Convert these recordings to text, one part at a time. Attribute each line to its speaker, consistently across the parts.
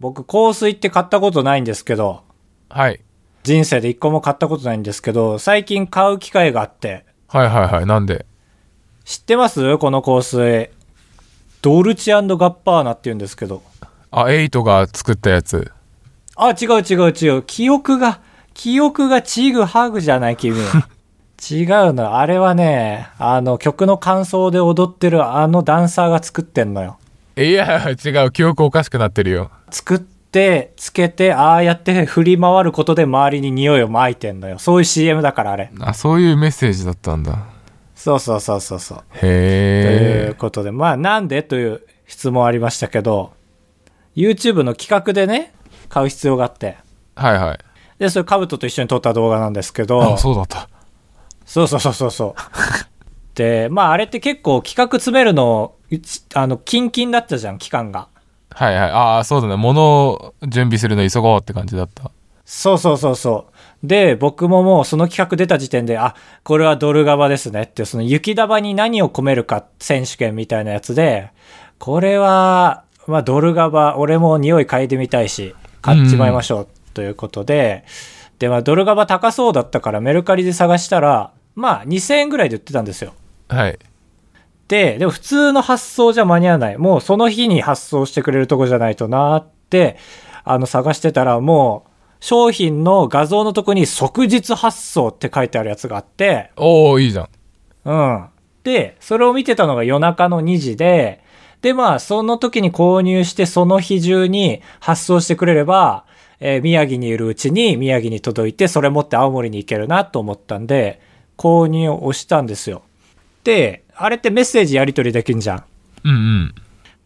Speaker 1: 僕、香水って買ったことないんですけど、
Speaker 2: はい。
Speaker 1: 人生で一個も買ったことないんですけど、最近買う機会があって、
Speaker 2: はいはいはい。なんで
Speaker 1: 知ってますこの香水。ドルチアンドガッパーナって言うんですけど。
Speaker 2: あ、エイトが作ったやつ。
Speaker 1: あ、違う違う違う。記憶が、記憶がチグハグじゃない君。違うの。あれはね、あの、曲の感想で踊ってるあのダンサーが作ってんのよ。
Speaker 2: いや、違う。記憶おかしくなってるよ。
Speaker 1: 作って、つけて、ああやって振り回ることで周りに匂いを撒いてんのよ。そういう CM だからあれ。
Speaker 2: あ、そういうメッセージだったんだ。
Speaker 1: そうそうそうそうそう。とい
Speaker 2: へ
Speaker 1: うことで、まあなんでという質問ありましたけど、YouTube の企画でね、買う必要があって。
Speaker 2: え。はいはい。
Speaker 1: で、それカブトと一緒に撮った動画なんですけど
Speaker 2: あ、、そうだった。
Speaker 1: そうそうそうそうそう。で、まああれって結構企画詰めるの、うちあの、キンキンだったじゃん、期間が。
Speaker 2: はいはい。ああ、そうだね。物を準備するの急ごうって感じだった。
Speaker 1: そうそうそうそう。で、僕ももうその企画出た時点で、あ、これはドルガバですねって、その雪玉に何を込めるか選手権みたいなやつで、これは、まあドルガバ、俺も匂い嗅いでみたいし、買っちまいましょうということで、で、まあドルガバ高そうだったからメルカリで探したら、まあ2000円ぐらいで売ってたんですよ。
Speaker 2: はい。
Speaker 1: で、でも普通の発送じゃ間に合わない。もうその日に発送してくれるとこじゃないとなーって、あの探してたらもう商品の画像のとこに即日発送って書いてあるやつがあって、
Speaker 2: おー、いいじゃん。
Speaker 1: うん。で、それを見てたのが夜中の2時で、で、まあ、その時に購入して、その日中に発送してくれれば、えー宮城にいるうちに宮城に届いて、それ持って青森に行けるなと思ったんで、購入を押したんですよ。で、あれってメッセージやり取りできんじゃん。
Speaker 2: うんうん。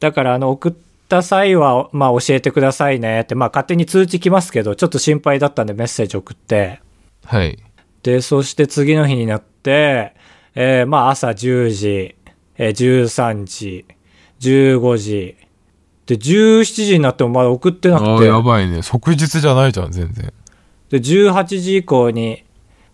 Speaker 1: だから、あの、送った際は、まあ、教えてくださいねって、まあ、勝手に通知来ますけど、ちょっと心配だったんでメッセージ送って、
Speaker 2: はい。
Speaker 1: で、そして次の日になって、えーまあ朝10時、えー13時、15時、で、17時になってもまだ送ってな
Speaker 2: あ
Speaker 1: く
Speaker 2: ー、
Speaker 1: て、
Speaker 2: やばいね。即日じゃないじゃん、全然。
Speaker 1: で、18時以降に、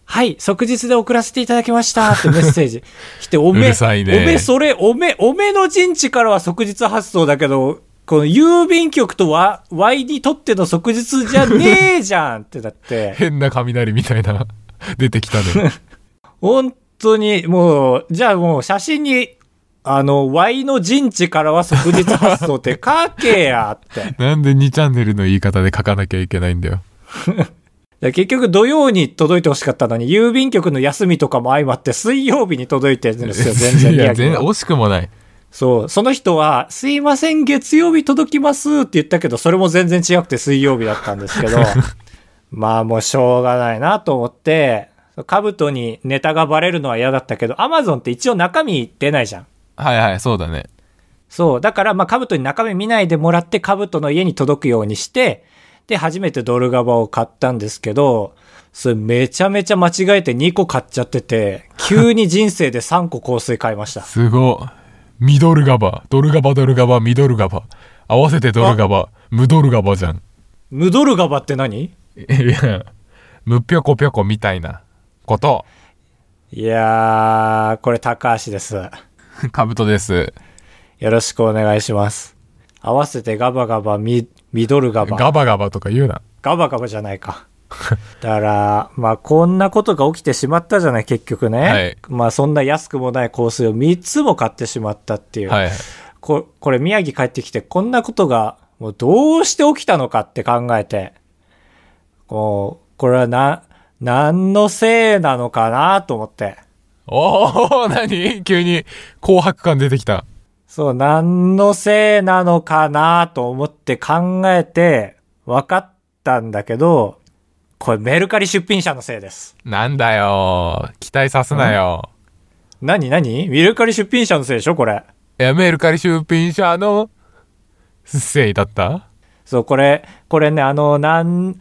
Speaker 1: はい、即日で送らせていただきましたってメッセージ 来て、お
Speaker 2: う
Speaker 1: め、
Speaker 2: るさいね
Speaker 1: おめ、それ、おめ、おめの陣地からは即日発送だけど、この郵便局とわ、ワイにとっての即日じゃねえじゃんってな って。
Speaker 2: 変な雷みたいな、 出てきたね。
Speaker 1: 本当に、もう、じゃあもう写真に、あの、Y の陣地からは即日発送って書けやって。
Speaker 2: なんで2チャンネルの言い方で書かなきゃいけないんだよ。
Speaker 1: で結局土曜に届いてほしかったのに、郵便局の休みとかも相まって水曜日に届いてるんですよ、全然
Speaker 2: いや、
Speaker 1: 宮
Speaker 2: 全
Speaker 1: 城
Speaker 2: 然
Speaker 1: は。
Speaker 2: 惜しくもない。
Speaker 1: そう。その人は、すいません、月曜日届きますって言ったけど、それも全然違くて水曜日だったんですけ ど、まあもうしょうがないなと思って、カブトにネタがバレるのは嫌だったけど、アマゾンって一応中身出ないじゃん。
Speaker 2: はいはい、そうだね。。
Speaker 1: そう。だから、まあ、兜に中身見ないでもらって、兜の家に届くようにして、で、初めてドルガバを買ったんですけど、それめちゃめちゃ間違えて2個買っちゃってて、急に人生で3個香水買いま した
Speaker 2: すごい。ミドルガバ、ドルガバドルガバ、ミドルガバ。合わせてドルガバ、ムドルガバじゃん。
Speaker 1: ムドルガバって何
Speaker 2: いや、むぴょこぴょこみたいな こと。
Speaker 1: いやー、これ高橋です。
Speaker 2: カブトです。
Speaker 1: よろしくお願いします。合わせてガバガバ、ミ、ミドルガバ。
Speaker 2: ガバガバとか言うな。
Speaker 1: ガバガバじゃないか。だから、まあ、こんなことが起きてしまったじゃない、結局ね。
Speaker 2: はい
Speaker 1: まあ、そんな安くもない香水を3つも買ってしまったっていう。
Speaker 2: はい。
Speaker 1: ここれ、宮城帰ってきて、こんなことが、もうどうして起きたのかって考えて、こう、これはな、何のせいなのかなと思って。
Speaker 2: おお何急に紅白感出てきた。
Speaker 1: そう、何のせいなのかなと思って考えて、分かったんだけど、これメルカリ出品者のせいです。
Speaker 2: なんだよ期待さすなよ。
Speaker 1: 何何メルカリ出品者のせいでしょこれ。
Speaker 2: いや、メルカリ出品者のせいだった
Speaker 1: そう、これ、これね、あの、なん、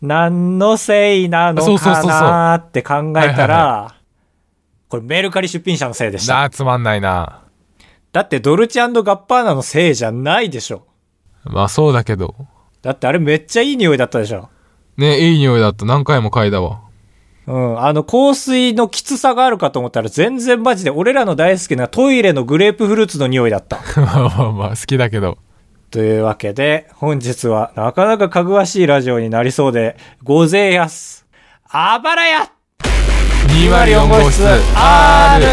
Speaker 1: 何のせいなの
Speaker 2: そうそうそ
Speaker 1: か
Speaker 2: うそう
Speaker 1: なーって考えた
Speaker 2: はい
Speaker 1: ら、これメルカリ出品者のせいでした。
Speaker 2: なあ、つまんないな。
Speaker 1: だってドルチガッパーナのせいじゃないでしょ。
Speaker 2: まあそうだけど。
Speaker 1: だってあれめっちゃいい匂いだったでしょ。
Speaker 2: ねいい匂いだった。何回も嗅いだわ。
Speaker 1: うん。あの、香水のきつさがあるかと思ったら全然マジで俺らの大好きなトイレのグレープフルーツの匂いだった。
Speaker 2: まあまあまあ、好きだけど。
Speaker 1: というわけで、本日はなかなかかぐわしいラジオになりそうで、ごぜえやす。あばらや
Speaker 2: 2割4号室 R!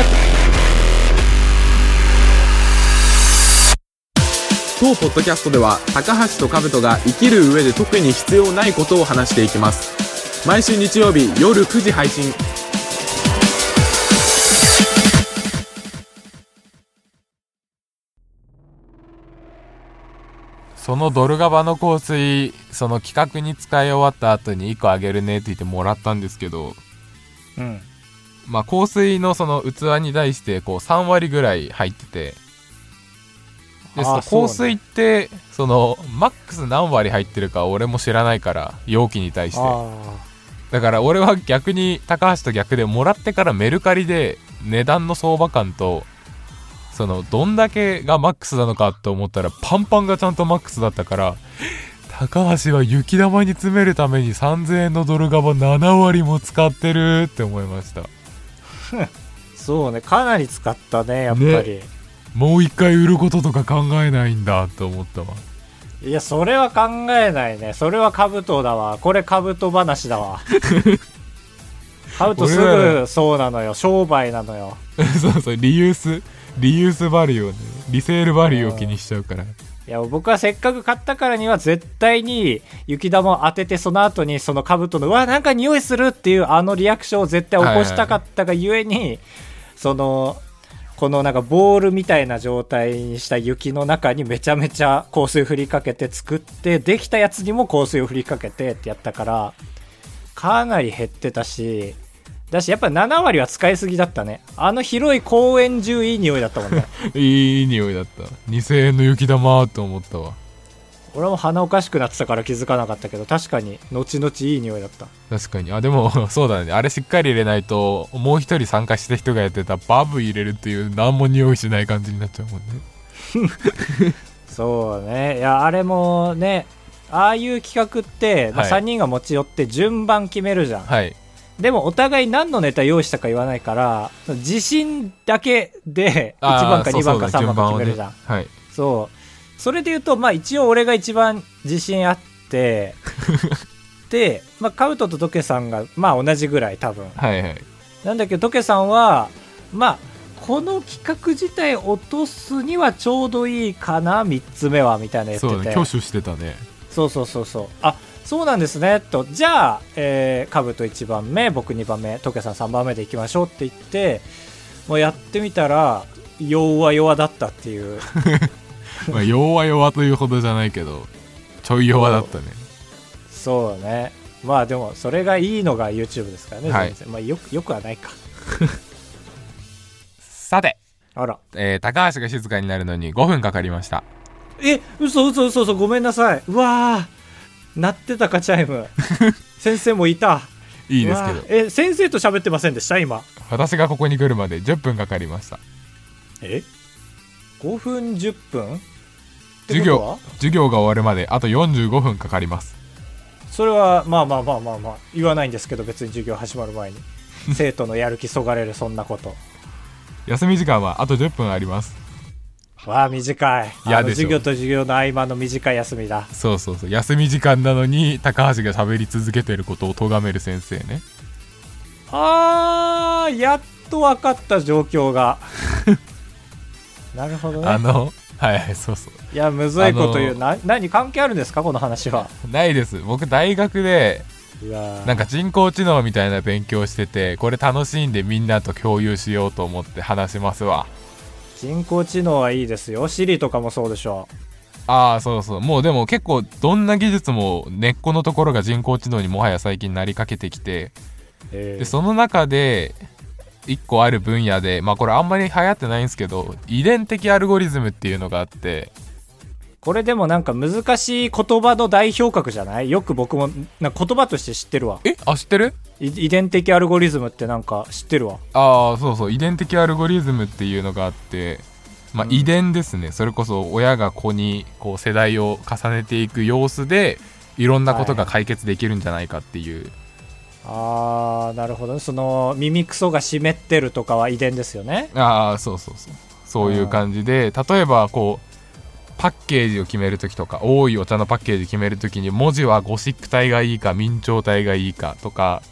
Speaker 3: 当ポッドキャストでは高橋と兜が生きる上で特に必要ないことを話していきます毎週日曜日夜9時配信
Speaker 2: そのドルガバの香水その企画に使い終わった後に1個あげるねって言ってもらったんですけど
Speaker 1: うん。
Speaker 2: まあ香水のその器に対してこう3割ぐらい入っててでそ
Speaker 1: あー
Speaker 2: の
Speaker 1: そうね
Speaker 2: 香水ってそのマックス何割入ってるか俺も知らないから容器に対して
Speaker 1: あ
Speaker 2: だから俺は逆に高橋と逆でもらってからメルカリで値段の相場感とそのどんだけがマックスなのかと思ったらパンパンがちゃんとマックスだったから高橋は雪玉に詰めるために3000円のドルガバ7割も使ってるって思いました
Speaker 1: あ。そうね。かなり使ったね、やっぱり。
Speaker 2: もう一回売ることとか考えないんだと思ったわ
Speaker 1: いや、それは考えないね。それは兜だわ。これ兜話だ わ。兜す
Speaker 2: 俺は
Speaker 1: ぐそうなのよ。商売なのよ。
Speaker 2: そうそうリユースリユースバリューをねリセールバリューを気にしちゃうから
Speaker 1: いや、僕はせっかく買ったからには絶対に雪玉を当てて、その後にその兜の、うわ、なんか匂いするっていうあのリアクションを絶対起こしたかったがゆえに、その、このなんかボールみたいな状態にした雪の中にめちゃめちゃ香水振りかけて作って、できたやつにも香水を振りかけてってやったから、かなり減ってたし、だしやっぱ7割は使いすぎだったね。あの広い公園中いい匂いだったもんね。
Speaker 2: いい匂いだった2000円の雪玉と思ったわ
Speaker 1: 俺も鼻おかしくなってたから気づかなかったけど確かに後々いい匂いだった
Speaker 2: 確かにあでも そうだねあれしっかり入れないともう一人参加した人がやってたバブ入れるっていう何も匂いしない感じになっちゃうもんね
Speaker 1: そうねいやあれもねああいう企画って、まあ、
Speaker 2: はい
Speaker 1: 3人が持ち寄って順番決めるじゃん、
Speaker 2: はい
Speaker 1: でもお互い何のネタ用意したか言わないから自信だけで1
Speaker 2: あ
Speaker 1: 番
Speaker 2: ー
Speaker 1: か
Speaker 2: そう
Speaker 1: 2
Speaker 2: そう
Speaker 1: 番か3番か決めるじゃん
Speaker 2: 順番をねはい
Speaker 1: そうそれで言うとまあ一応俺が一番自信あって で、まあ、カウトとトケさんがまあ同じぐらい多分
Speaker 2: はいはい
Speaker 1: なんだけど、トケさんは、まあ、この企画自体落とすにはちょうどいいかな、3つ目は、みたいな言って
Speaker 2: そうだ
Speaker 1: て。
Speaker 2: ね挙手してたね
Speaker 1: そうそうそうそう。あ、そうなんですね、と。じゃあ、えー、カブと1番目、僕2番目、トケさん3番目でいきましょうって言って、もうやってみたら、弱弱だったって いう。
Speaker 2: まあ弱弱というほどじゃないけどちょい弱だったね
Speaker 1: そうね。まあでも、それがいいのが YouTube ですからね、
Speaker 2: はい
Speaker 1: 全然。まあ、よく、よくはないか。
Speaker 2: さて、
Speaker 1: あら。
Speaker 2: えー高橋が静かになるのに5分かかりました
Speaker 1: え嘘嘘嘘嘘ごめんなさいうわー鳴ってたかチャイ ム先生もいた
Speaker 2: い
Speaker 1: い
Speaker 2: いですけど
Speaker 1: え先生と喋ってませんでした今
Speaker 2: 私がここに来るまで10分かかりました
Speaker 1: え5分10分
Speaker 2: 授
Speaker 1: ってこと
Speaker 2: 業
Speaker 1: は
Speaker 2: 授業が終わるまであと45分かかります
Speaker 1: それはまあまあまあまあまあ言わないんですけど別に授業始まる 前に生徒のやる気そがれるそんなこと
Speaker 2: 休み時間はあと10分あります
Speaker 1: わあ短い
Speaker 2: 嫌
Speaker 1: あの
Speaker 2: でしょ
Speaker 1: 授業と授業の合間の短い休みだ
Speaker 2: そうそうそう休み時間なのに高橋が喋り続けてることを咎める先生ね
Speaker 1: あーやっと分かった状況 がなるほどね
Speaker 2: あのはいはいそうそ
Speaker 1: いや、むずいこと言う。
Speaker 2: あの
Speaker 1: な何関係あるんですかこの話は。
Speaker 2: うないです僕大学で
Speaker 1: いや
Speaker 2: なんか人工知能みたいな勉強しててこれ楽しいんでみんなと共有しようと思って話しますわ
Speaker 1: 人工知能はいいですよ。シリとかもそうでしょ
Speaker 2: ああそうそうもうでも結構どんな技術も根っこのところが人工知能にもはや最近なりかけてきて
Speaker 1: う。え
Speaker 2: でその中で1個ある分野でまあこれあんまり流行ってないんですけど遺伝的アルゴリズムっていうのがあって
Speaker 1: これでもなんか難しい言葉の代表格じゃないよく僕もなんか言葉として知ってるわ。
Speaker 2: えあ知ってる
Speaker 1: い遺伝的アルゴリズムってなんか知ってるわ。
Speaker 2: ああそうそう遺伝的アルゴリズムっていうのがあって、まあ、
Speaker 1: うん
Speaker 2: 遺伝ですね、それこそ親が子にこう世代を重ねていく様子でいろんなことが解決できるんじゃないかっていう、
Speaker 1: あー、なるほどね。その耳くそが湿ってるとかは遺伝ですよね。
Speaker 2: ああそうそうそうそういう感じで例えばこうパッケージを決める時とか多いお茶のパッケージ決める時に文字はゴシック体がいいか明朝体がいいかとか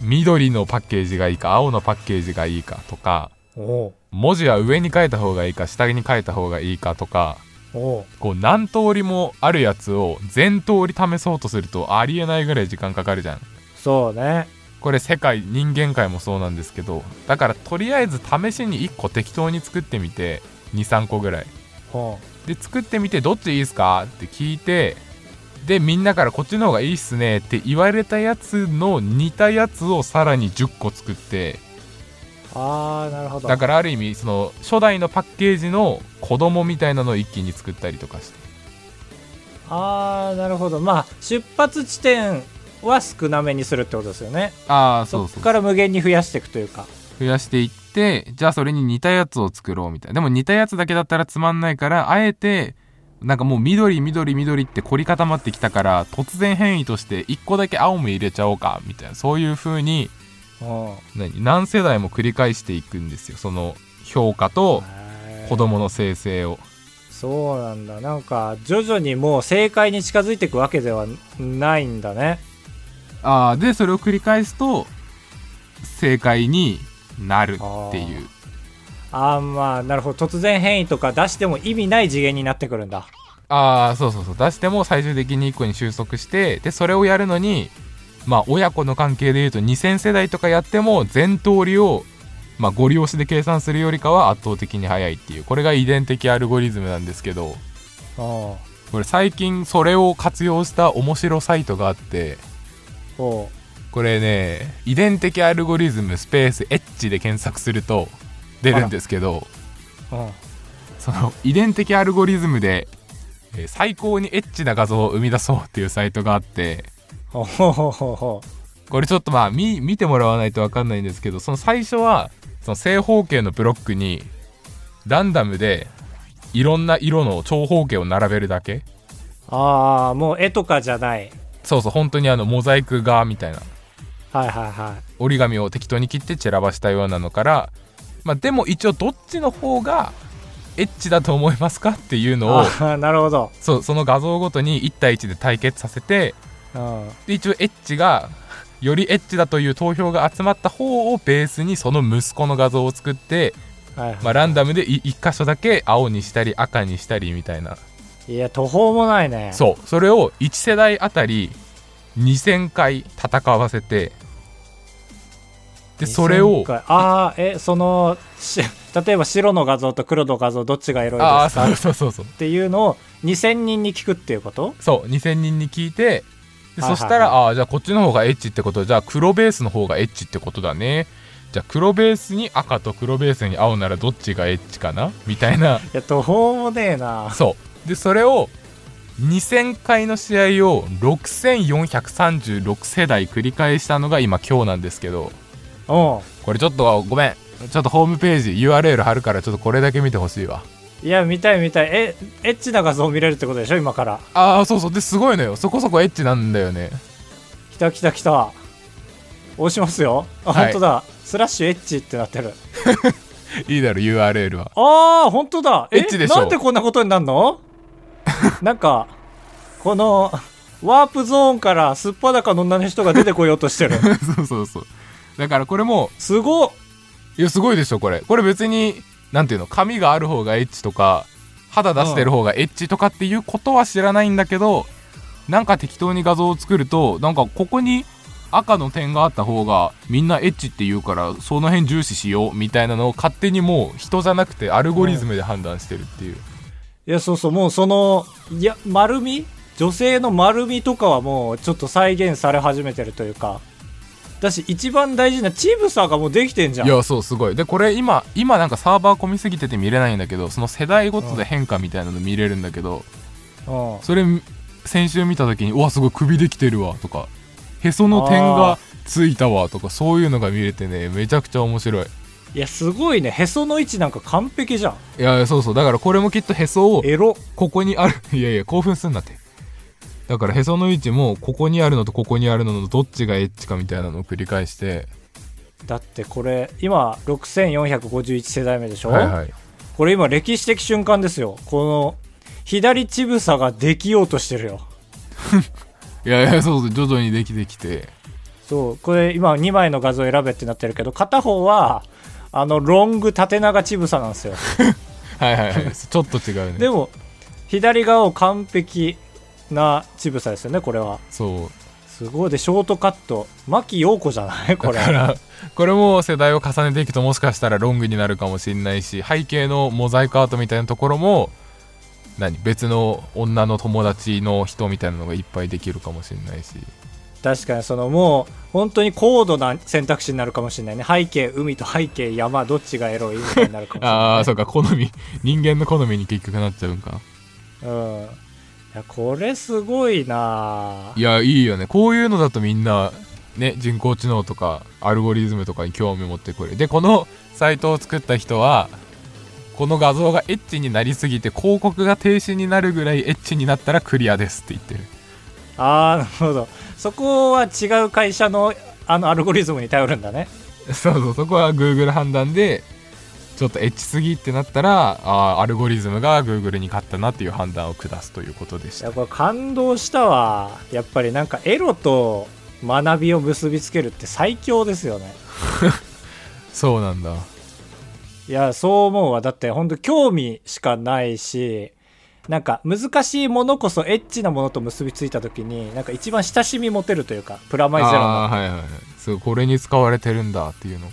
Speaker 2: 緑のパッケージがいいか青のパッケージがいいかとか
Speaker 1: おう
Speaker 2: 文字は上に書いた方がいいか下に書いた方がいいかとか
Speaker 1: おう
Speaker 2: こう何通りもあるやつを全通り試そうとするとありえないぐらい時間かかるじゃん
Speaker 1: そうね。
Speaker 2: これ世界人間界もそうなんですけどだからとりあえず試しに1個適当に作ってみて23個ぐらい
Speaker 1: お
Speaker 2: で作ってみてどっちいいですかって聞いてでみんなからこっちの方がいいっすねって言われたやつの似たやつをさらに10個作って
Speaker 1: ああ、なるほど。
Speaker 2: だからある意味その初代のパッケージの子供みたいなのを一気に作ったりとかして
Speaker 1: ああ、なるほど。まあ、出発地点は少なめにするってことですよね。
Speaker 2: ああ
Speaker 1: そこから無限に増やしていくというか。
Speaker 2: 増やしていってじゃあそれに似たやつを作ろうみたいなでも似たやつだけだったらつまんないからあえてなんかもう緑緑緑って凝り固まってきたから突然変異として1個だけ青も入れちゃおうかみたいなそういう風に
Speaker 1: うん。
Speaker 2: 何何世代も繰り返していくんですよその評価と子供の生成を
Speaker 1: そうなんだなんか徐々にもう正解に近づいていくわけではないんだね
Speaker 2: ああでそれを繰り返すと正解になるっていう
Speaker 1: ああまあなるほど突然変異とか出しても意味ない次元になってくるんだ
Speaker 2: ああそうそうそう出しても最終的に1個に収束してでそれをやるのにまあ親子の関係でいうと2000世代とかやっても全通りをまあご利用しで計算するよりかは圧倒的に早いっていうこれが遺伝的アルゴリズムなんですけど
Speaker 1: おう
Speaker 2: これ最近それを活用した面白サイトがあって
Speaker 1: おう
Speaker 2: これね遺伝的アルゴリズムスペースエッジで検索すると出るんですけど
Speaker 1: うん
Speaker 2: その遺伝的アルゴリズムで、えー最高にエッチな画像を生み出そうっていうサイトがあって
Speaker 1: おほほほほ
Speaker 2: これちょっとまあ見見てもらわないと分かんないんですけどその最初はその正方形のブロックにランダムでいろんな色の長方形を並べるだけ
Speaker 1: ああもう絵とかじゃない
Speaker 2: そうそう本当にあのモザイク画みたいな
Speaker 1: はいはいはい
Speaker 2: 折り紙を適当に切って散らばしたようなのから、まあ、でも一応どっちの方がエッチだと思いますかっていうのを
Speaker 1: ああなるほど、
Speaker 2: そうその画像ごとに1対1で対決させて
Speaker 1: うん、
Speaker 2: で一応エッチがよりエッチだという投票が集まった方をベースにその息子の画像を作って、
Speaker 1: はい、は、
Speaker 2: まあ、ランダムでい1箇所だけ青にしたり赤にしたりみたいない
Speaker 1: いや途方もないね
Speaker 2: そうそれを1世代あたり2000回戦わせてでそれを
Speaker 1: 2000回ああえそのし 例えば白の画像と黒の画像どっちがエロい
Speaker 2: あ
Speaker 1: で
Speaker 2: あ
Speaker 1: すか
Speaker 2: そう
Speaker 1: っ
Speaker 2: そうそうそう
Speaker 1: ていうのを2000人に聞くっていうこと
Speaker 2: そう2000人に聞いてで
Speaker 1: はいはいはい
Speaker 2: そしたら、ああーじゃあこっちの方がエッチってことじゃあ黒ベースの方がエッチってことだねじゃあ黒ベースに赤と黒ベースに青ならどっちがエッチかなみたい ない
Speaker 1: や途方もねえな
Speaker 2: そうでそれを2000回の試合を6436世代繰り返したのが今今日なんですけど
Speaker 1: うん
Speaker 2: これちょっとごめんちょっとホームページ URL 貼るからちょっとこれだけ見てほしいわ
Speaker 1: いや見たい見たいえエッチな画像見れるってことでしょ今から
Speaker 2: ああそうそうですごいのよそこそこエッチなんだよね
Speaker 1: 来た来た来た押しますよあ、
Speaker 2: はい
Speaker 1: 本当だスラッシュエッチってなってる
Speaker 2: いいだろ URL は
Speaker 1: ああ本当だえ
Speaker 2: エッチでしょ
Speaker 1: なんでこんなことになるのなんかこのワープゾーンからすっぱだかの女の人が出てこようとしてる
Speaker 2: そうそうそうだからこれも
Speaker 1: すごっ
Speaker 2: いやすごいでしょこれこれ別になんていうの髪がある方がエッチとか肌出してる方がエッチとかっていうことは知らないんだけどなんか適当に画像を作るとなんかここに赤の点があった方がみんなエッチって言うからその辺重視しようみたいなのを勝手にもう人じゃなくてアルゴリズムで判断してるっていう、
Speaker 1: いやそうそうもうそのいや丸み女性の丸みとかはもうちょっと再現され始めてるというかだし一番大事なチーブサーがもうできてんじゃん
Speaker 2: いやそうすごいでこれ今今なんかサーバー混みすぎてて見れないんだけどその世代ごとで変化みたいなの見れるんだけど、
Speaker 1: うん
Speaker 2: それ先週見た時に「うわすごい首できてるわ」とか「へその点がついたわ」とかそういうのが見れてねめちゃくちゃ面白い
Speaker 1: いやすごいねへその位置なんか完璧じゃん
Speaker 2: いやそうそうだからこれもきっとへそを
Speaker 1: エロ
Speaker 2: ここにある いやいや興奮すんなってだからへその位置もここにあるのとここにあるののどっちがエッチかみたいなのを繰り返して
Speaker 1: だってこれ今6451世代目でしょ、
Speaker 2: はいはい
Speaker 1: これ今歴史的瞬間ですよこの左乳房ができようとしてるよ。
Speaker 2: いやいやそうそう徐々にできてきて
Speaker 1: そう、これ今2枚の画像選べってなってるけど、片方は、あの、ロング縦長乳房なんですよ。
Speaker 2: はいは いはいちょっと違うね
Speaker 1: でも、左側を完璧な乳房ですよね、これは。
Speaker 2: そう
Speaker 1: すごい。で、ショートカット。牧陽子じゃないこれ。
Speaker 2: からこれも世代を重ねていくともしかしたらロングになるかもしれないし背景のモザイクアートみたいなところも何別の女の友達の人みたいなのがいっぱいできるかもしれないし
Speaker 1: 確かにそのもう本当に高度な選択肢になるかもしれないね背景海と背景山どっちがエロいみたいになるかもしれない、ね、
Speaker 2: ああそうか好み人間の好みに結局なっちゃうんか
Speaker 1: うんいやこれすごいない
Speaker 2: やいいよねこういうのだとみんなね人工知能とかアルゴリズムとかに興味持ってくれるでこのサイトを作った人はこの画像がエッチになりすぎて広告が停止になるぐらいエッチになったらクリアですって言ってる
Speaker 1: あーなるほどそこは違う会社のあのアルゴリズムに頼るんだね
Speaker 2: そうそうそこは Google 判断でちょっとエッチすぎってなったらあーアルゴリズムが Google に勝ったなっていう判断を下すということでし
Speaker 1: い
Speaker 2: た
Speaker 1: やこれ感動したわやっぱりなんかエロと学びを結びつけるって最強ですよね
Speaker 2: そうなんだ
Speaker 1: いやそう思うわだって本当興味しかないしなんか難しいものこそエッチなものと結びついた時になんか一番親しみ持てるというかプラマイゼロの
Speaker 2: あーはいはいはいそうこれに使われてるんだっていうのが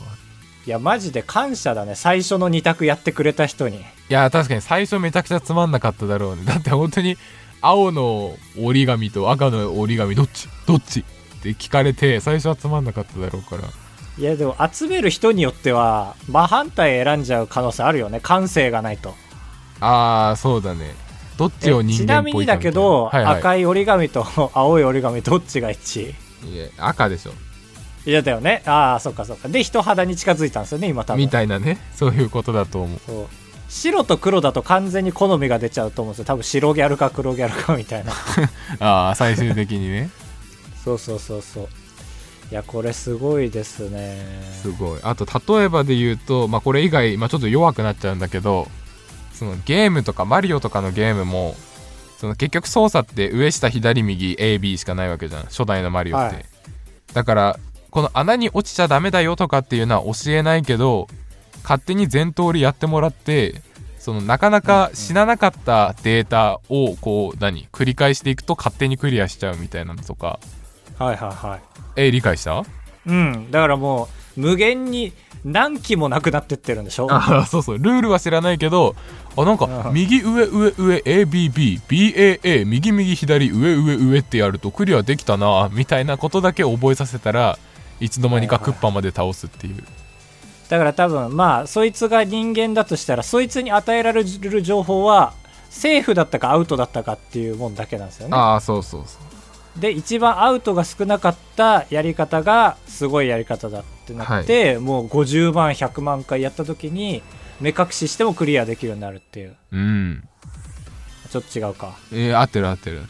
Speaker 1: いやマジで感謝だね最初の2択やってくれた人に
Speaker 2: いや確かに最初めちゃくちゃつまんなかっただろうね だって本当に青の折り紙と赤の折り紙どっちどっちって聞かれて最初はつまんなかっただろうから
Speaker 1: いやでも集める人によっては真反対選んじゃう可能性あるよね感性がないと
Speaker 2: ああそうだねどっちを
Speaker 1: え
Speaker 2: 人
Speaker 1: ち
Speaker 2: 間
Speaker 1: な
Speaker 2: っ
Speaker 1: み
Speaker 2: ぽ
Speaker 1: に
Speaker 2: いか
Speaker 1: だ
Speaker 2: みた
Speaker 1: け
Speaker 2: いな
Speaker 1: ど、
Speaker 2: はいはい、
Speaker 1: 赤い折り紙と 青い折り紙どっちが一位
Speaker 2: いや赤でしょ
Speaker 1: いやだよねああそっかそっかで人肌に近づいたんですよね今多分
Speaker 2: みたいなねそういうことだと思う
Speaker 1: そう白と黒だと完全に好みが出ちゃうと思うんですよ多分白ギャルか黒ギャルかみ たいな
Speaker 2: ああ最終的にね
Speaker 1: そうそうそうそういやこれすごいですね
Speaker 2: すごいあと例えばで言うと、まあ、これ以外、まあ、ちょっと弱くなっちゃうんだけどそのゲームとかマリオとかのゲームもその結局操作って上下左右 AB しかないわけじゃん初代のマリオって、
Speaker 1: はい
Speaker 2: だからこの穴に落ちちゃダメだよとかっていうのは教えないけど勝手に全通りやってもらってそのなかなか死ななかったデータをこう何繰り返していくと勝手にクリアしちゃうみたいなのとか
Speaker 1: はいはいは
Speaker 2: え理解した
Speaker 1: いうんだからもう無限に何期もなくなってってるんでしょ
Speaker 2: あ あそうそうルールは知らないけどあなんか
Speaker 1: うん
Speaker 2: 右上上上 ABBBAA 右右左上上上ってやるとクリアできたなみたいなことだけ覚えさせたらいつの間にかクッパまで倒すっていう
Speaker 1: だから多分まあそいつが人間だとしたらそいつに与えられる情報はセーフだったかアウトだったかっていうもんだけなんですよね
Speaker 2: ああそうそうそう
Speaker 1: で一番アウトが少なかったやり方がすごいやり方だってなって、もう50万100万回やった時に目隠ししてもクリアできるようになるっていう
Speaker 2: うん
Speaker 1: ちょっと違うか
Speaker 2: えー合ってる合ってる合って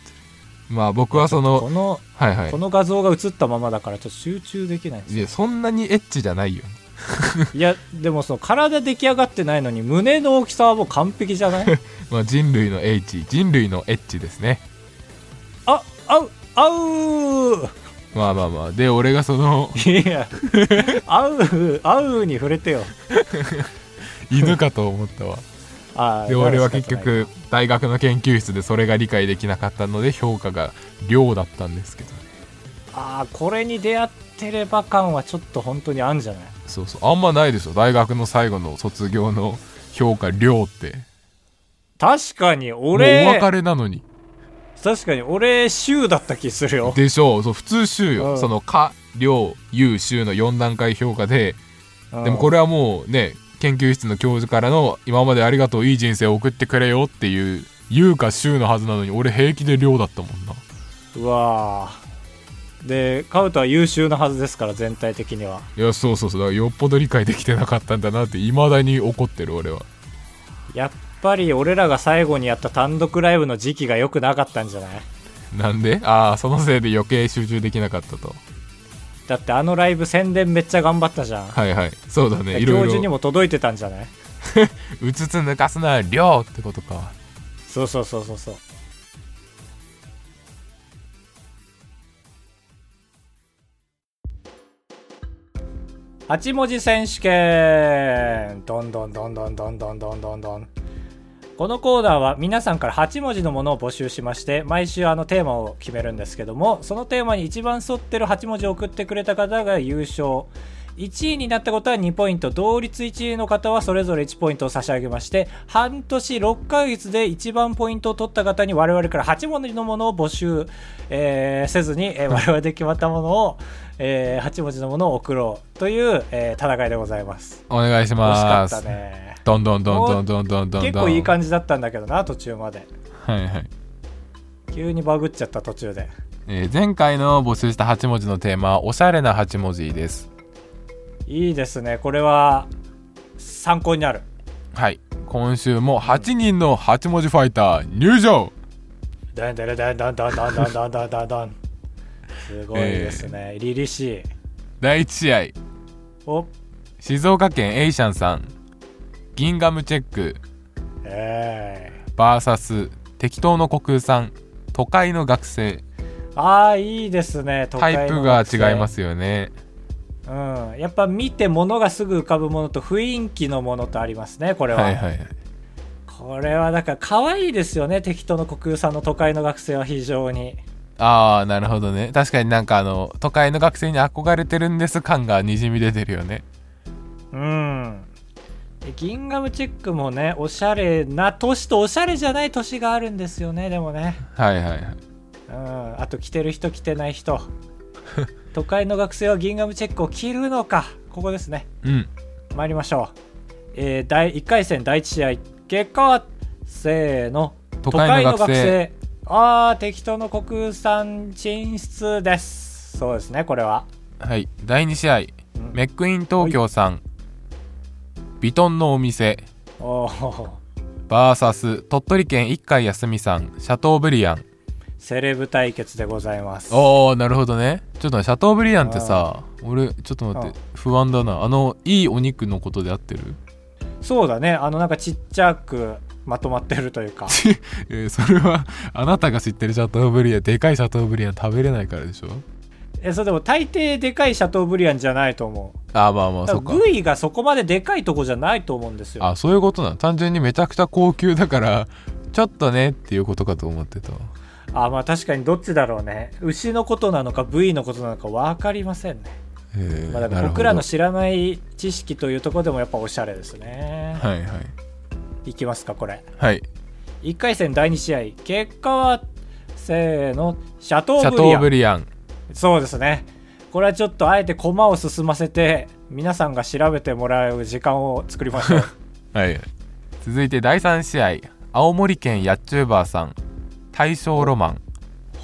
Speaker 2: るまあ僕はそ
Speaker 1: こ
Speaker 2: の
Speaker 1: の
Speaker 2: はいはい
Speaker 1: この画像が映ったままだからちょっと集中できないんです
Speaker 2: い
Speaker 1: よ
Speaker 2: やそんなにエッチじゃないよ
Speaker 1: いやでもその体出来上がってないのに胸の大きさはもう完璧じゃない
Speaker 2: まあ人類の H 人類のエッチですね
Speaker 1: ああうあう
Speaker 2: まあまあまあで俺がそ の
Speaker 1: いやあうあうに触れてよ
Speaker 2: 犬かと思ったわ
Speaker 1: あー
Speaker 2: で俺は結
Speaker 1: なら
Speaker 2: 局大学の研究室でそれが理解できなかったので評価が量だったんですけどね
Speaker 1: 仕方ないなあーこれに出会ってれば感はちょっと本当にあんじゃない
Speaker 2: そうそうあんまないでしょ大学の最後の卒業の評価量って
Speaker 1: 確かに
Speaker 2: もうお
Speaker 1: 俺
Speaker 2: 別れなのに
Speaker 1: 確かに俺週だった気するよ
Speaker 2: でしょうそう普通週よ、
Speaker 1: うん
Speaker 2: その「か」「量」「優」「週」の4段階評価ででもこ
Speaker 1: れ
Speaker 2: れはもうね研究室の教授からの「今までありがとういい人生を送ってくれよ」っていう「優」か「週」のはずなのに俺平気で量だったもんな
Speaker 1: うわーでカウトは優秀なはずですから全体的にはい
Speaker 2: やそうそうそうだからよっぽど理解できてなかったんだなっていまだに怒ってる俺は
Speaker 1: やっぱり俺らが最後にやった単独ライブの時期が良くなかったんじゃない
Speaker 2: なんで ああそのせいで余計集中できなかったと
Speaker 1: だってあのライブ宣伝めっちゃ頑張ったじゃん
Speaker 2: はいはいそうだねい
Speaker 1: 教
Speaker 2: ろ
Speaker 1: 授
Speaker 2: い
Speaker 1: に
Speaker 2: ろ
Speaker 1: も届いてたんじゃないう
Speaker 2: つつ抜かすな量ってことか
Speaker 1: そうそうそうそうそう。8文字選手権どんどんどんどんどんどんどんどんどんこのコーナーは皆さんから8文字のものを募集しまして毎週あのテーマを決めるんですけどもそのテーマに一番沿ってる8文字を送ってくれた方が優勝1位になったことは2ポイント同率1位の方はそれぞれ1ポイントを差し上げまして半年6ヶ月で一番ポイントを取った方に我々から8文字のものを募集、えーせずに、 えー我々で決まったものを、え8文字のものを送ろうという、えー戦いでございます
Speaker 2: お願いし
Speaker 1: 惜しか
Speaker 2: ま
Speaker 1: っ
Speaker 2: す
Speaker 1: たね
Speaker 2: どんどんどんどんどんどんどんどん
Speaker 1: 結構いい感じだったんだけどな途中まで
Speaker 2: はいはい
Speaker 1: 急にバグっちゃった途中で
Speaker 2: えー前回の募集した8文字のテーマはおしゃれな8文字です
Speaker 1: いいですねこれは参考になる
Speaker 2: はい今週も8人の8文字ファイター入場
Speaker 1: ダンダラダンダンダンダンダンダンダンダンダンすごいですね、凛々しい
Speaker 2: 第1試合
Speaker 1: お
Speaker 2: 静岡県エイシャンさんギンガムチェック
Speaker 1: ええ
Speaker 2: VS 適当の虚空さん都会の学生
Speaker 1: ああいいですね都
Speaker 2: タ
Speaker 1: 会
Speaker 2: イプ
Speaker 1: の
Speaker 2: が
Speaker 1: 学生
Speaker 2: 違いますよね
Speaker 1: うんやっぱ見て物がすぐ浮かぶものと雰囲気のものとありますねこれは、
Speaker 2: はいはいはい
Speaker 1: これはだから可愛いですよね適当の国空さんの都会の学生は非常に
Speaker 2: ああなるほどね確かになんかあの都会の学生に憧れてるんです感がにじみ出てるよね
Speaker 1: うんでギンガムチェックもねおしゃれな年とおしゃれじゃない年があるんですよねでもね
Speaker 2: はいはいはい
Speaker 1: うんあと着てる人着てない人 都会の学生はギンガムチェックを着るのかここですね
Speaker 2: うん
Speaker 1: 参りましょう、えー第1回戦第1試合結果はせーの
Speaker 2: 都会の学生
Speaker 1: ああ適当の国産進出ですそうですねこれは
Speaker 2: はい第2試合
Speaker 1: ん
Speaker 2: メックイン東京さんビトンのお店
Speaker 1: おお
Speaker 2: VS 鳥取県一回休みさんシャトーブリアン
Speaker 1: セレブ対決でございます
Speaker 2: ああなるほどねちょっとねシャトーブリアンってさ俺ちょっと待って不安だなあのいいお肉のことで合ってる
Speaker 1: そうだねあのなんかちっちゃくまとまってるというか
Speaker 2: えーそれはあなたが知ってるシャトーブリアンでかいシャトーブリアン食べれないからでしょ
Speaker 1: えそれでも大抵でかいシャトーブリアンじゃないと思う
Speaker 2: あーまあまあそ
Speaker 1: 多
Speaker 2: っか
Speaker 1: 分部位がそこまででかいとこじゃないと思うんですよ
Speaker 2: あそういうことなの単純にめちゃくちゃ高級だからちょっとねっていうことかと思ってた
Speaker 1: あまあ確かにどっちだろうね牛のことなのか部位のことなのか分かりませんね、
Speaker 2: えー
Speaker 1: まあ、だから
Speaker 2: なるほど
Speaker 1: 僕らの知らない知識というところでもやっぱおしゃれですね、
Speaker 2: はいはい
Speaker 1: い、きますかこれ
Speaker 2: はい
Speaker 1: 1回戦第2試合結果はせーのシャト
Speaker 2: シ
Speaker 1: ー
Speaker 2: ャ
Speaker 1: ブ
Speaker 2: ト
Speaker 1: リア
Speaker 2: ー
Speaker 1: ン
Speaker 2: ブリアン
Speaker 1: そうですねこれはちょっとあえて駒を進ませて皆さんが調べてもらう時間を作りまし ょう
Speaker 2: はい続いて第3試合青森県やっちゅーばーさん大正ロマン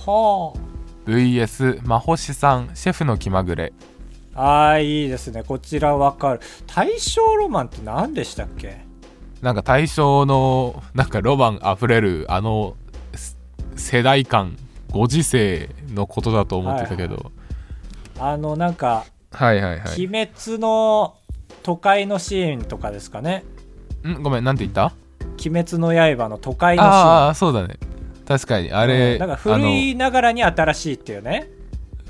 Speaker 1: は
Speaker 2: VS まほしさんシェフの気まぐれ
Speaker 1: ああーいいですねこちらわかる大正ロマンって何でしたっけ
Speaker 2: なんか大正のなんかロマンあふれるあのす世代間ご時世のことだと思ってたけど
Speaker 1: あのなんか
Speaker 2: はいはいはい、
Speaker 1: 鬼滅の都会のシーンとかですかね
Speaker 2: んごめんなんて言った
Speaker 1: 鬼滅の刃の都会のシーン
Speaker 2: ああそうだね確かにあれ、
Speaker 1: なんか
Speaker 2: あ
Speaker 1: 古
Speaker 2: の
Speaker 1: いながらに新しいっていうね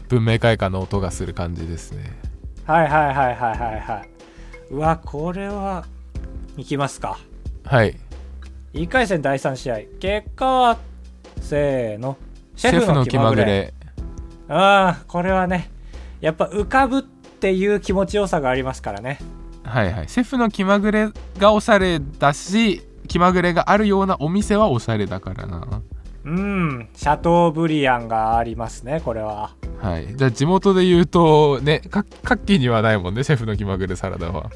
Speaker 2: 文明開化の音がする感じですね
Speaker 1: はいはいはいはいはいはいうわこれはいきますか
Speaker 2: はい
Speaker 1: 1回戦第3試合結果はせーのシ
Speaker 2: シ
Speaker 1: ェ
Speaker 2: ェ
Speaker 1: フ
Speaker 2: フ
Speaker 1: の
Speaker 2: の
Speaker 1: 気
Speaker 2: 気
Speaker 1: ま
Speaker 2: ま
Speaker 1: ぐれ
Speaker 2: ぐれ
Speaker 1: ああこれはねやっぱ浮かぶっていう気持ちよさがありますからね
Speaker 2: はいはいシェフの気まぐれがおしゃれだし気まぐれがあるようなお店はおしゃれだからな
Speaker 1: うんシャトーブリアンがありますねこれは
Speaker 2: はいじゃあ地元で言うとねか各機にはないもんねシェフの気まぐれサラダは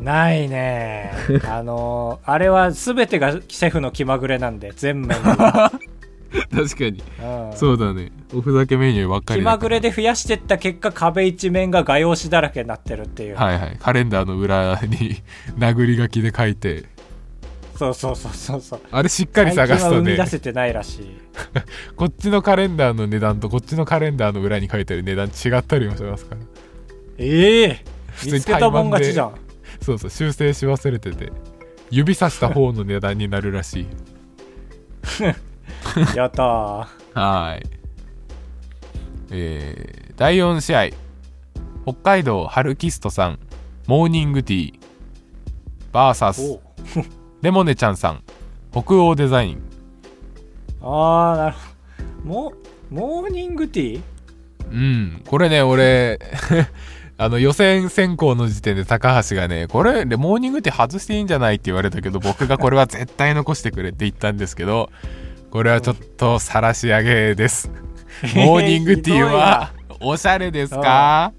Speaker 1: ない ねあのーあれは全てがシェフの気まぐれなんで全面 に、
Speaker 2: 確かに
Speaker 1: うん
Speaker 2: そうだねおふざけメニューばっかり
Speaker 1: 気
Speaker 2: だ
Speaker 1: ま
Speaker 2: から
Speaker 1: ぐれで増やしてった結果壁一面が画用紙だらけになってるっていう、
Speaker 2: はいはいカレンダーの裏に 殴り書きで書いて
Speaker 1: そうそうそうそうそう
Speaker 2: あれしっかり探
Speaker 1: 最
Speaker 2: す
Speaker 1: 近は
Speaker 2: と
Speaker 1: 生み
Speaker 2: ね
Speaker 1: 出せてないらしい
Speaker 2: こっちのカレンダーの値段とこっちのカレンダーの裏に書いてある値段違ったりもしますから
Speaker 1: ええ
Speaker 2: 通に
Speaker 1: 見つけたもん勝ちじゃん
Speaker 2: そうそう修正し忘れてて指さした方の値段になるらしい
Speaker 1: やったー。
Speaker 2: はい。えー第4試合。北海道春キストさん、モーニングティー、バーサス、レモネちゃんさん、北欧デザイン。
Speaker 1: あー、なるほど。も、モーニングティー
Speaker 2: うん、これね、俺、 あの予選選考の時点で高橋がね、これ、レモーニングティー外していいんじゃないって言われたけど、僕がこれは絶対残してくれって言ったんですけど、これはちょっと晒し上げ です。モーニングティーは、おしゃれですか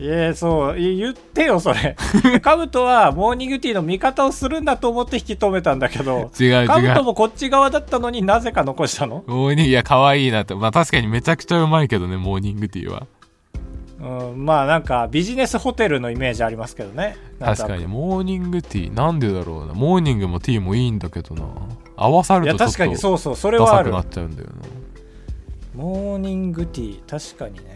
Speaker 1: いえ、そう、い言ってよ、そ れ。カブトはモーニングティーの味方をするんだと思って引き止めたんだけ ど、
Speaker 2: 違う違う。
Speaker 1: カブトもこっち側だったのになぜか残したの
Speaker 2: モーニング、いや、可愛いなと。まあ確かにめちゃくちゃうまいけどね、モーニングティーは。
Speaker 1: うん、まあなんかビジネスホテルのイメージありますけどね。なん
Speaker 2: 確かに、。モーニングティー、なんでだろうな。モーニングもティーもいいんだけどな。合わさ
Speaker 1: い
Speaker 2: る
Speaker 1: や、
Speaker 2: とちょっ
Speaker 1: 確かに
Speaker 2: と
Speaker 1: そうそう、それ
Speaker 2: ダ
Speaker 1: はあ
Speaker 2: サく
Speaker 1: る
Speaker 2: な。っちゃうんだよな。
Speaker 1: モーニングティー、確かにね。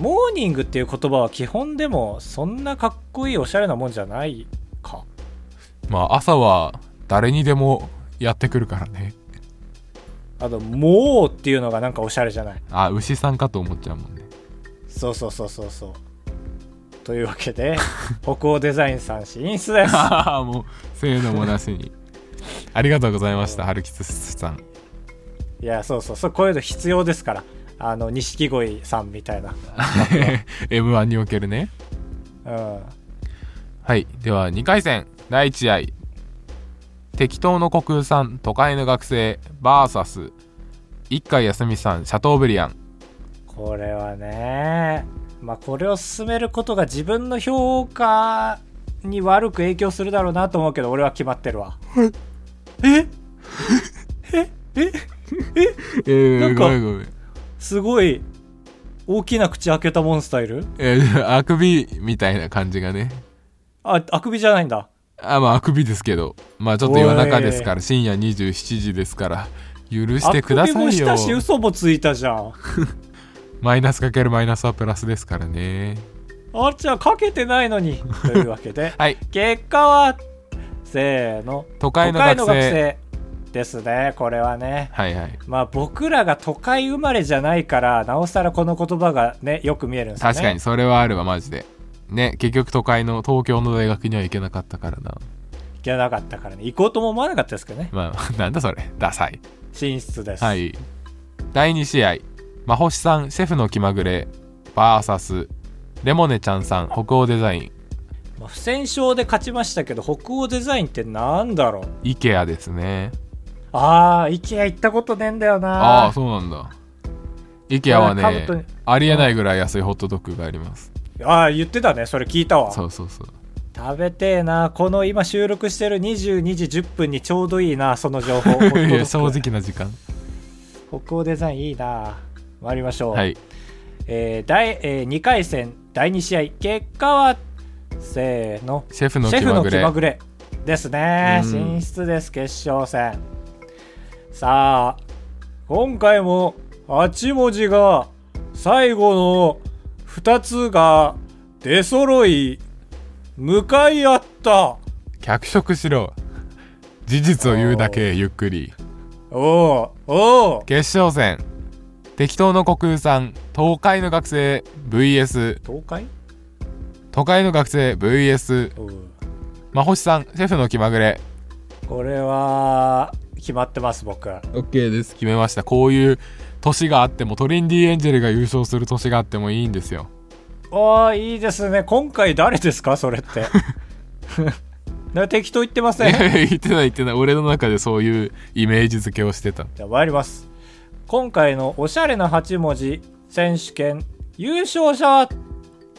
Speaker 1: モーニングっていう言葉は基本でもそんなかっこいいおしゃれなもんじゃないか。
Speaker 2: まあ朝は誰にでもやってくるからね。
Speaker 1: あと、モーっていうのがなんかおしゃれじゃない。
Speaker 2: あ、牛さんかと思っちゃうもんね。
Speaker 1: そうそうそうそうそう。というわけで、 北欧デザインさん進出です。 あ
Speaker 2: ああ、もう、せーのもな しに。ありがとうございました、春吉さん。
Speaker 1: いや、そうそうそう、こういうの必要ですから。あの、錦鯉さんみたいな。
Speaker 2: M1 におけるね。
Speaker 1: うん。
Speaker 2: はい。では、2回戦、第1試合。適当の虚空さん、都会の学生、バーサス、一回休みさん、シャトーブリアン。
Speaker 1: これはねまあこれを進めることが自分の評価に悪く影響するだろうなと思うけど俺は決まってるわえ
Speaker 2: えー
Speaker 1: なんか
Speaker 2: ごめんごめん。
Speaker 1: すごい大きな口開けたモンスターいる
Speaker 2: えー、あくびみたいな感じがね。
Speaker 1: ああくびじゃないんだ
Speaker 2: あ、まあ、あくびですけど。まあ、ちょっと夜中ですから、深夜27時ですから、許し
Speaker 1: あ
Speaker 2: てくだ
Speaker 1: くび
Speaker 2: さ
Speaker 1: も
Speaker 2: い
Speaker 1: したし
Speaker 2: よ。
Speaker 1: 嘘もついたじゃん
Speaker 2: マイナスかけるマイナスはプラスですからね。
Speaker 1: あっちはかけてないのに というわけで
Speaker 2: はい。
Speaker 1: 結果はせーの
Speaker 2: 都会の学生
Speaker 1: 都会ですねこれはね
Speaker 2: はいはい。
Speaker 1: まあ僕らが都会生まれじゃないからなおさらこの言葉がねよく見えるんですよね
Speaker 2: 確かに、それはあるわ、マジで。ね、結局都会の東京の大学には行けなかったからな。
Speaker 1: 行けなかったからね行こうとも思わなかったですけどね
Speaker 2: まあ、 なんだそれ。ダサい。
Speaker 1: 進出です、
Speaker 2: はい。第2試合、まほしさん、シェフの気まぐれ、バーサス、レモネちゃんさん、北欧デザイン、
Speaker 1: まあ、不戦勝で勝ちましたけど北欧デザインってなんだろう
Speaker 2: IKEA ですね。
Speaker 1: あー IKEA 行ったことねえんだよな
Speaker 2: ああー、そうなんだ。IKEA は
Speaker 1: これ兜に
Speaker 2: ね、ありえないぐらい安いホットドッグがあります。
Speaker 1: ああ言ってたねそれ聞いたわ
Speaker 2: そうそうそう。
Speaker 1: 食べてえなこの今収録してる22時10分にちょうどいいなその情報ホットドッ
Speaker 2: い
Speaker 1: グ
Speaker 2: や正直な時間。
Speaker 1: 北欧デザインいいな参りましょう、
Speaker 2: はい。
Speaker 1: えー第え2回戦第2試合結果はせーの
Speaker 2: シェフの
Speaker 1: シェ
Speaker 2: 気
Speaker 1: フ
Speaker 2: ま
Speaker 1: の
Speaker 2: ぐ
Speaker 1: 気
Speaker 2: れ。
Speaker 1: まぐれですね
Speaker 2: うん
Speaker 1: 進出です決勝戦さあ今回も8文字が最後の2つが出揃い向かい合った
Speaker 2: 脚色しろ。事実を言うだけ、ゆっくり。
Speaker 1: おうおう
Speaker 2: 決勝戦。適当の国空さん、東海の学生 VS、
Speaker 1: 東海
Speaker 2: 都会の学生 VS、
Speaker 1: おう
Speaker 2: まほしさん、シェフの気まぐれ。
Speaker 1: これは決まってます僕
Speaker 2: OK です。決めました。こういう年があっても、トリンディエンジェルが優勝する年があってもいいんですよ。
Speaker 1: おーいいですね今回誰ですかそれって な適当言ってません
Speaker 2: いやいや言ってない言ってない俺の中でそういうイメージ付けをしてた
Speaker 1: じゃあ参ります今回のおしゃれな8文字選手権優勝者は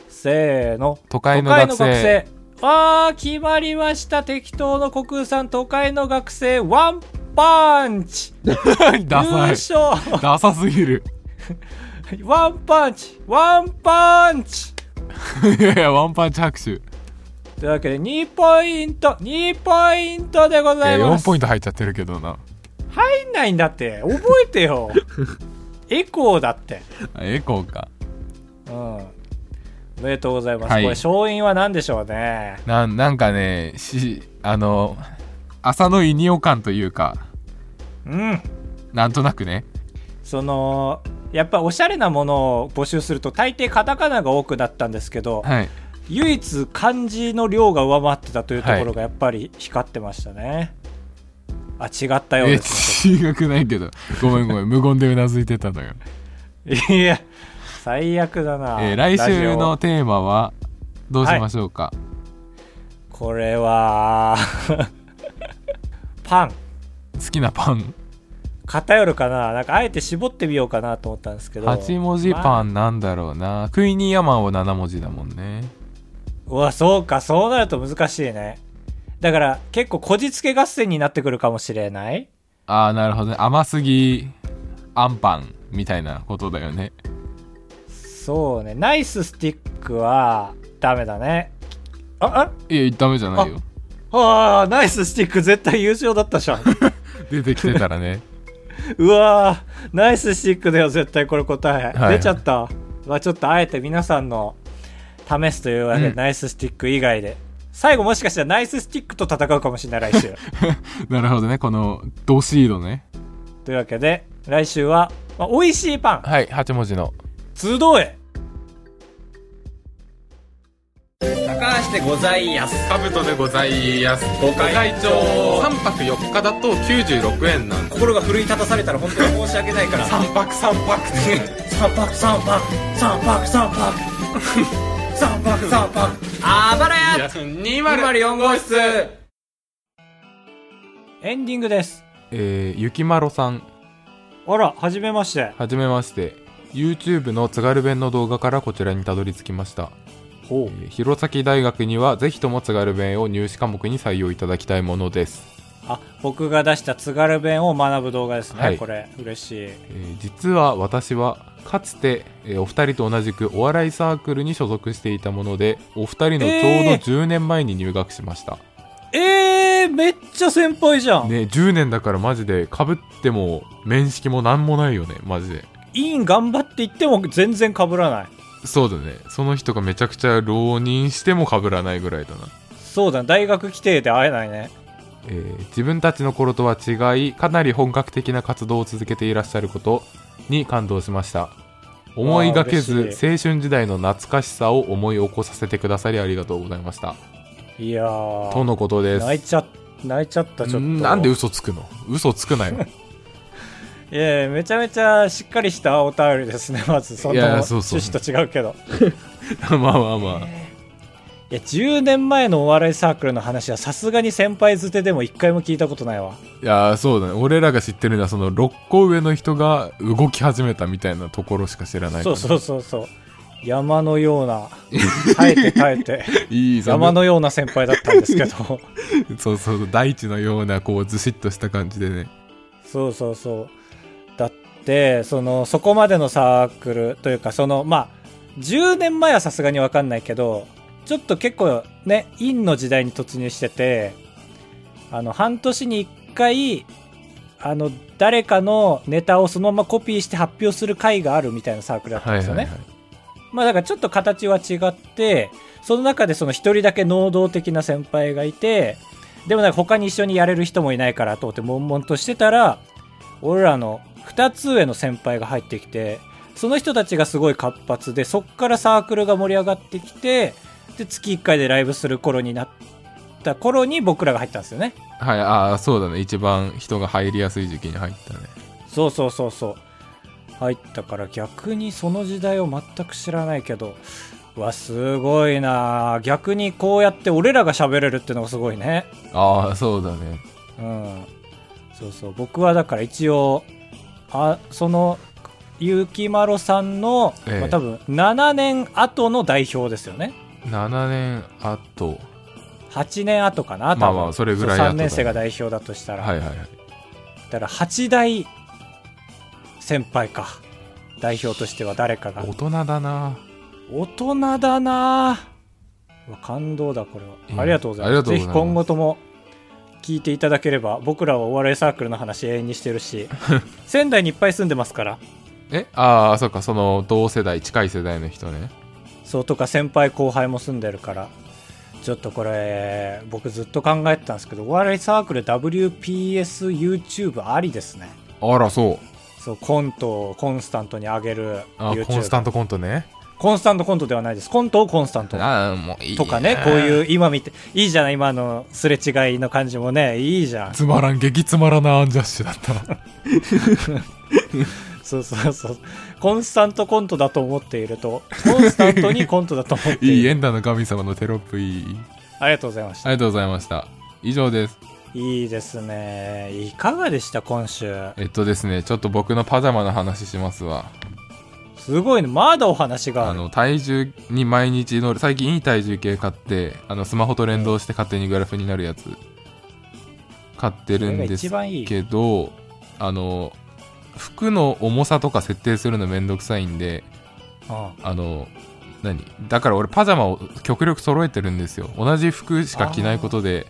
Speaker 1: せーの
Speaker 2: 都会の学生
Speaker 1: ああ決まりました適当の国空さん都会の学生ワンパンチ優
Speaker 2: ダサい
Speaker 1: 勝
Speaker 2: ダサすぎる
Speaker 1: ワンパンチワンパンチ
Speaker 2: いやいやワンパンチ拍手い
Speaker 1: というわけで2ポイント2ポイントでござ
Speaker 2: や
Speaker 1: いま
Speaker 2: 4
Speaker 1: す
Speaker 2: ポイント入っちゃってるけどな
Speaker 1: 入んないんだって覚えて よエコーだって
Speaker 2: あエコーか
Speaker 1: うんおめでとうございます、
Speaker 2: はい
Speaker 1: これ勝因は何でしょうね
Speaker 2: なんなんかねしあの浅野いにお感というか
Speaker 1: うん。
Speaker 2: なんとなくね
Speaker 1: その、やっぱおしゃれなものを募集すると大抵カタカナが多くなったんですけど、
Speaker 2: はい
Speaker 1: 唯一漢字の量が上回ってたというとこ
Speaker 2: は
Speaker 1: ろ
Speaker 2: い
Speaker 1: がやっぱり光ってましたね。あ、違ったよう
Speaker 2: え
Speaker 1: です
Speaker 2: 違くないけどごめんごめん無言でうなずいてたのよ、
Speaker 1: ね。いや、最悪だな。
Speaker 2: えー来
Speaker 1: ラジ
Speaker 2: 週
Speaker 1: オ
Speaker 2: のテーマはどうしましょうか、
Speaker 1: これは パン
Speaker 2: 好きなパン
Speaker 1: 偏るかななんかあえて絞ってみようかなと思ったんですけど
Speaker 2: 8文字
Speaker 1: ま
Speaker 2: パ
Speaker 1: あ
Speaker 2: ンなんだろうな、クイニーヤマンは7文字だもんね
Speaker 1: うわそうかそうなると難しいねだから結構こじつけ合戦になってくるかもしれない
Speaker 2: ああなるほどね甘すぎアンパンみたいなことだよね
Speaker 1: そうねナイススティックはダメだねあ
Speaker 2: いやダメじゃないよ
Speaker 1: あああナイススティック絶対優勝だったじゃん
Speaker 2: 出てきてたらね
Speaker 1: うわーナイススティックだよ絶対これ答え、
Speaker 2: はい
Speaker 1: 出ちゃったまあちょっとあえて皆さんの試すというわけで、
Speaker 2: うん
Speaker 1: ナイススティック以外で最後もしかしたらナイススティックと戦うかもしれない来週
Speaker 2: なるほどねこのドシードね
Speaker 1: というわけで来週は、まあ、美味しいパン
Speaker 2: はい8文字の
Speaker 1: 集え
Speaker 3: 高橋でございやす。かぶとでございやす。ご
Speaker 4: 会長
Speaker 3: 3泊4日だと96円なんで
Speaker 4: 心が奮い立たされたら本当に申し訳ないから三泊三泊三泊三泊三泊三泊三泊三泊あばらや
Speaker 3: す。
Speaker 4: 204号室
Speaker 1: エンディングです
Speaker 2: えーゆきまろさん
Speaker 1: あらはじめまして
Speaker 2: はじめまして YouTube の津軽弁の動画からこちらにたどり着きました
Speaker 1: ほ
Speaker 2: えー弘前大学にはぜひとも津軽弁を入試科目に採用いただきたいものです、
Speaker 1: あ僕が出した津軽弁を学ぶ動画ですね、
Speaker 2: はい
Speaker 1: これ嬉しい
Speaker 2: えー実は私はかつて、えーお二人と同じくお笑いサークルに所属していたものでお二人のちょうど
Speaker 1: えー
Speaker 2: 10年前に入学しました、
Speaker 1: えー、めっちゃ先輩じゃん、
Speaker 2: ね10年だからマジでかぶっても面識も何もないよねマジで
Speaker 1: 委員頑張っていっても全然被らない
Speaker 2: そうだねその人がめちゃくちゃ浪人してもかぶらないぐらいだな
Speaker 1: そうだね大学規定で会えないね
Speaker 2: えー自分たちの頃とは違いかなり本格的な活動を続けていらっしゃることに感動しました思いがけ
Speaker 1: わあ
Speaker 2: ず
Speaker 1: 嬉し
Speaker 2: 青春時代の懐かしさを思い起こさせてくださりありがとうございました
Speaker 1: いやー
Speaker 2: とのことです
Speaker 1: 泣いちゃ泣いちゃったちょっと
Speaker 2: んなんで嘘つくの嘘つくなよ
Speaker 1: いやいやめちゃめちゃしっかりしたお便りですね まずそ
Speaker 2: い
Speaker 1: の
Speaker 2: や
Speaker 1: 趣
Speaker 2: そうそう
Speaker 1: 旨と違うけど
Speaker 2: まあまあ まあ
Speaker 1: いや10年前のお笑いサークルの話はさすがに先輩づてでも一回も聞いたことないわ
Speaker 2: いやーそうだね俺らが知ってるのはその6個上の人が動き始めたみたいなところしか知らないか
Speaker 1: そ
Speaker 2: ら
Speaker 1: うそうそうそう山のような耐えて耐え て
Speaker 2: いいさ
Speaker 1: 山のような先輩だったんですけど
Speaker 2: そうそうそう大地のようなこうずしっとした感じでね
Speaker 1: そうそうそうだってそのそこまでのサークルというかそのまあ10年前はさすがに分かんないけどちょっと結構ね陰の時代に突入しててあの半年に1回あの誰かのネタをそのままコピーして発表する会があるみたいなサークルだったん
Speaker 2: はい
Speaker 1: で
Speaker 2: はい
Speaker 1: すよね、
Speaker 2: はい
Speaker 1: まあだからちょっと形は違って、その中でその一人だけ能動的な先輩がいて、でもなんか他に一緒にやれる人もいないからと思って悶々としてたら、俺らの二つ上の先輩が入ってきて、その人たちがすごい活発で、そっからサークルが盛り上がってきて、で、月一回でライブする頃になった頃に僕らが入ったんですよね。
Speaker 2: はい、ああ、そうだね。一番人が入りやすい時期に入ったね。
Speaker 1: そうそうそうそう入ったから逆にその時代を全く知らないけどうわすごいなあ逆にこうやって俺らが喋れるってのがすごいね
Speaker 2: ああ、そうだね。
Speaker 1: うんそうそう僕はだから一応あそのゆきまろさんの、
Speaker 2: ええ
Speaker 1: まあ、多分7年後の代表ですよね
Speaker 2: 7年後。
Speaker 1: 8年後かな多分、
Speaker 2: まあまあそれぐらい後だ
Speaker 1: 3
Speaker 2: ね
Speaker 1: 年生が代表だとしたら、
Speaker 2: はいはいはい。
Speaker 1: だから8代先輩か代表としては誰かが
Speaker 2: 大人だな。
Speaker 1: 大人だなぁうわ感動だこれは、
Speaker 2: うん
Speaker 1: ありがとうござい
Speaker 2: あり
Speaker 1: ま
Speaker 2: が
Speaker 1: す
Speaker 2: とう
Speaker 1: ぜひ
Speaker 2: ございます
Speaker 1: 今後とも聞いていただければ僕らはお笑いサークルの話永遠にしてる し仙台にいっぱい住んでますから
Speaker 2: えああ、そっか、その同世代、近い世代の人ね。
Speaker 1: そうとか先輩後輩も住んでるからちょっとこれ僕ずっと考えてたんですけどお笑いサークル WPSYouTube ありですね
Speaker 2: あらそう
Speaker 1: そうコントをコンスタントに上げる
Speaker 2: あ
Speaker 1: YouTube
Speaker 2: コンスタントコントね
Speaker 1: コンスタントコントではないですコントをコンスタントに
Speaker 2: ああもういい
Speaker 1: とかねこう
Speaker 2: う
Speaker 1: いう今見ていいじゃない今のすれ違いの感じもねいいじ ゃん
Speaker 2: つまらん激つまらなアンジャッシュだった
Speaker 1: そうそうそうコンスタントコントだと思っているとコンスタントにコントだと思って いる
Speaker 2: いいエンダーの神様のテロップいい
Speaker 1: ありがとうございまし
Speaker 2: あ
Speaker 1: た
Speaker 2: りがとうございました以上です
Speaker 1: いいですねいかがでした今週
Speaker 2: えっとですねちょっと僕のパジャマの話しますわ
Speaker 1: すごいねまだお話があ
Speaker 2: あ
Speaker 1: る
Speaker 2: の体重に毎日乗る最近いい体重計買ってあのスマホと連動して勝手にグラフになるやつ買ってるんです
Speaker 1: それが一番いい
Speaker 2: けどあの服の重さとか設定するのめんどくさいんで
Speaker 1: うん
Speaker 2: あの何だから俺パジャマを極力揃えてるんですよ同じ服しか着ないことで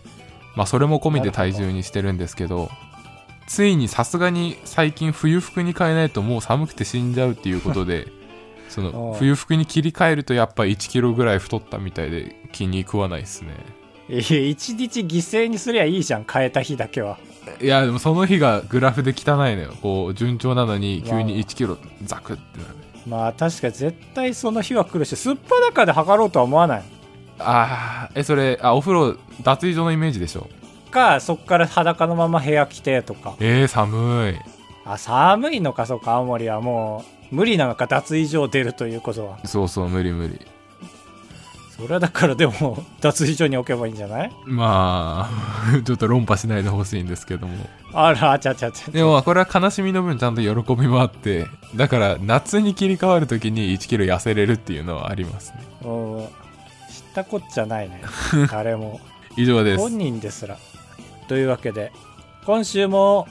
Speaker 2: まあそれも込みで体重にしてるんですけどついにさすがに最近冬服に変えないともう寒くて死んじゃうっていうこ とでそ
Speaker 1: お
Speaker 2: の
Speaker 1: う
Speaker 2: 冬服に切り替えるとやっぱ1キロぐらい太ったみたいで気に食わないですね
Speaker 1: いや一日犠牲にすりゃいいじゃん変えた日だけはい
Speaker 2: やでもその日がグラフで汚いのよこう順調なのに急
Speaker 1: う
Speaker 2: に
Speaker 1: わ
Speaker 2: 1キロザクってなる
Speaker 1: まあ確かに絶対その日は来るしすっぱだかで測ろうとは思わない
Speaker 2: あーえそれあお風呂脱衣所のイメージでしょ
Speaker 1: かそっから裸のまま部屋着てとか
Speaker 2: えー、寒い
Speaker 1: あ寒いのかそっか青森はもう無理なのか脱衣所を出るということは
Speaker 2: そうそう無理無理
Speaker 1: それはだからでも 脱衣所に置けばいいんじゃない
Speaker 2: まあ ちょっと論破しないでほしいんですけども
Speaker 1: あらあちゃちゃちゃ
Speaker 2: でもまあこれは悲しみの分ちゃんと喜びもあってだから夏に切り替わる時に1キロ痩せれるっていうのはありますね
Speaker 1: うん知ったこっちゃ ないね誰も
Speaker 2: 以上です
Speaker 1: 本人ですらというわけで今週も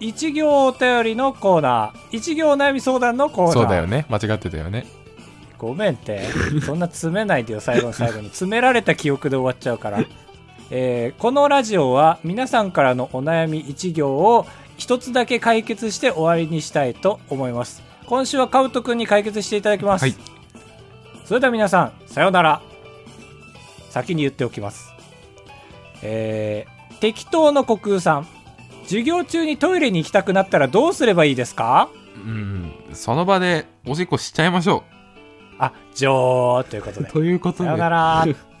Speaker 1: 一行お便りのコーナー一行お悩み相談のコーナー
Speaker 2: そうだよね間違ってたよね
Speaker 1: ごめんってそんな詰めないでよ最後の最後に詰められた記憶で終わっちゃうから、えーこのラジオは皆さんからのお悩み一行を一つだけ解決して終わりにしたいと思います今週はカウト君に解決していただきます、
Speaker 2: はい
Speaker 1: それでは皆さんさようなら先に言っておきますえー適当の虚空さん授業中にトイレに行きたくなったらどうすればいいですか
Speaker 2: うんその場でおしっこしちゃいましょ
Speaker 1: あ、じょーということ
Speaker 2: う
Speaker 1: で。
Speaker 2: ということ
Speaker 1: さ
Speaker 2: で
Speaker 1: ようなら。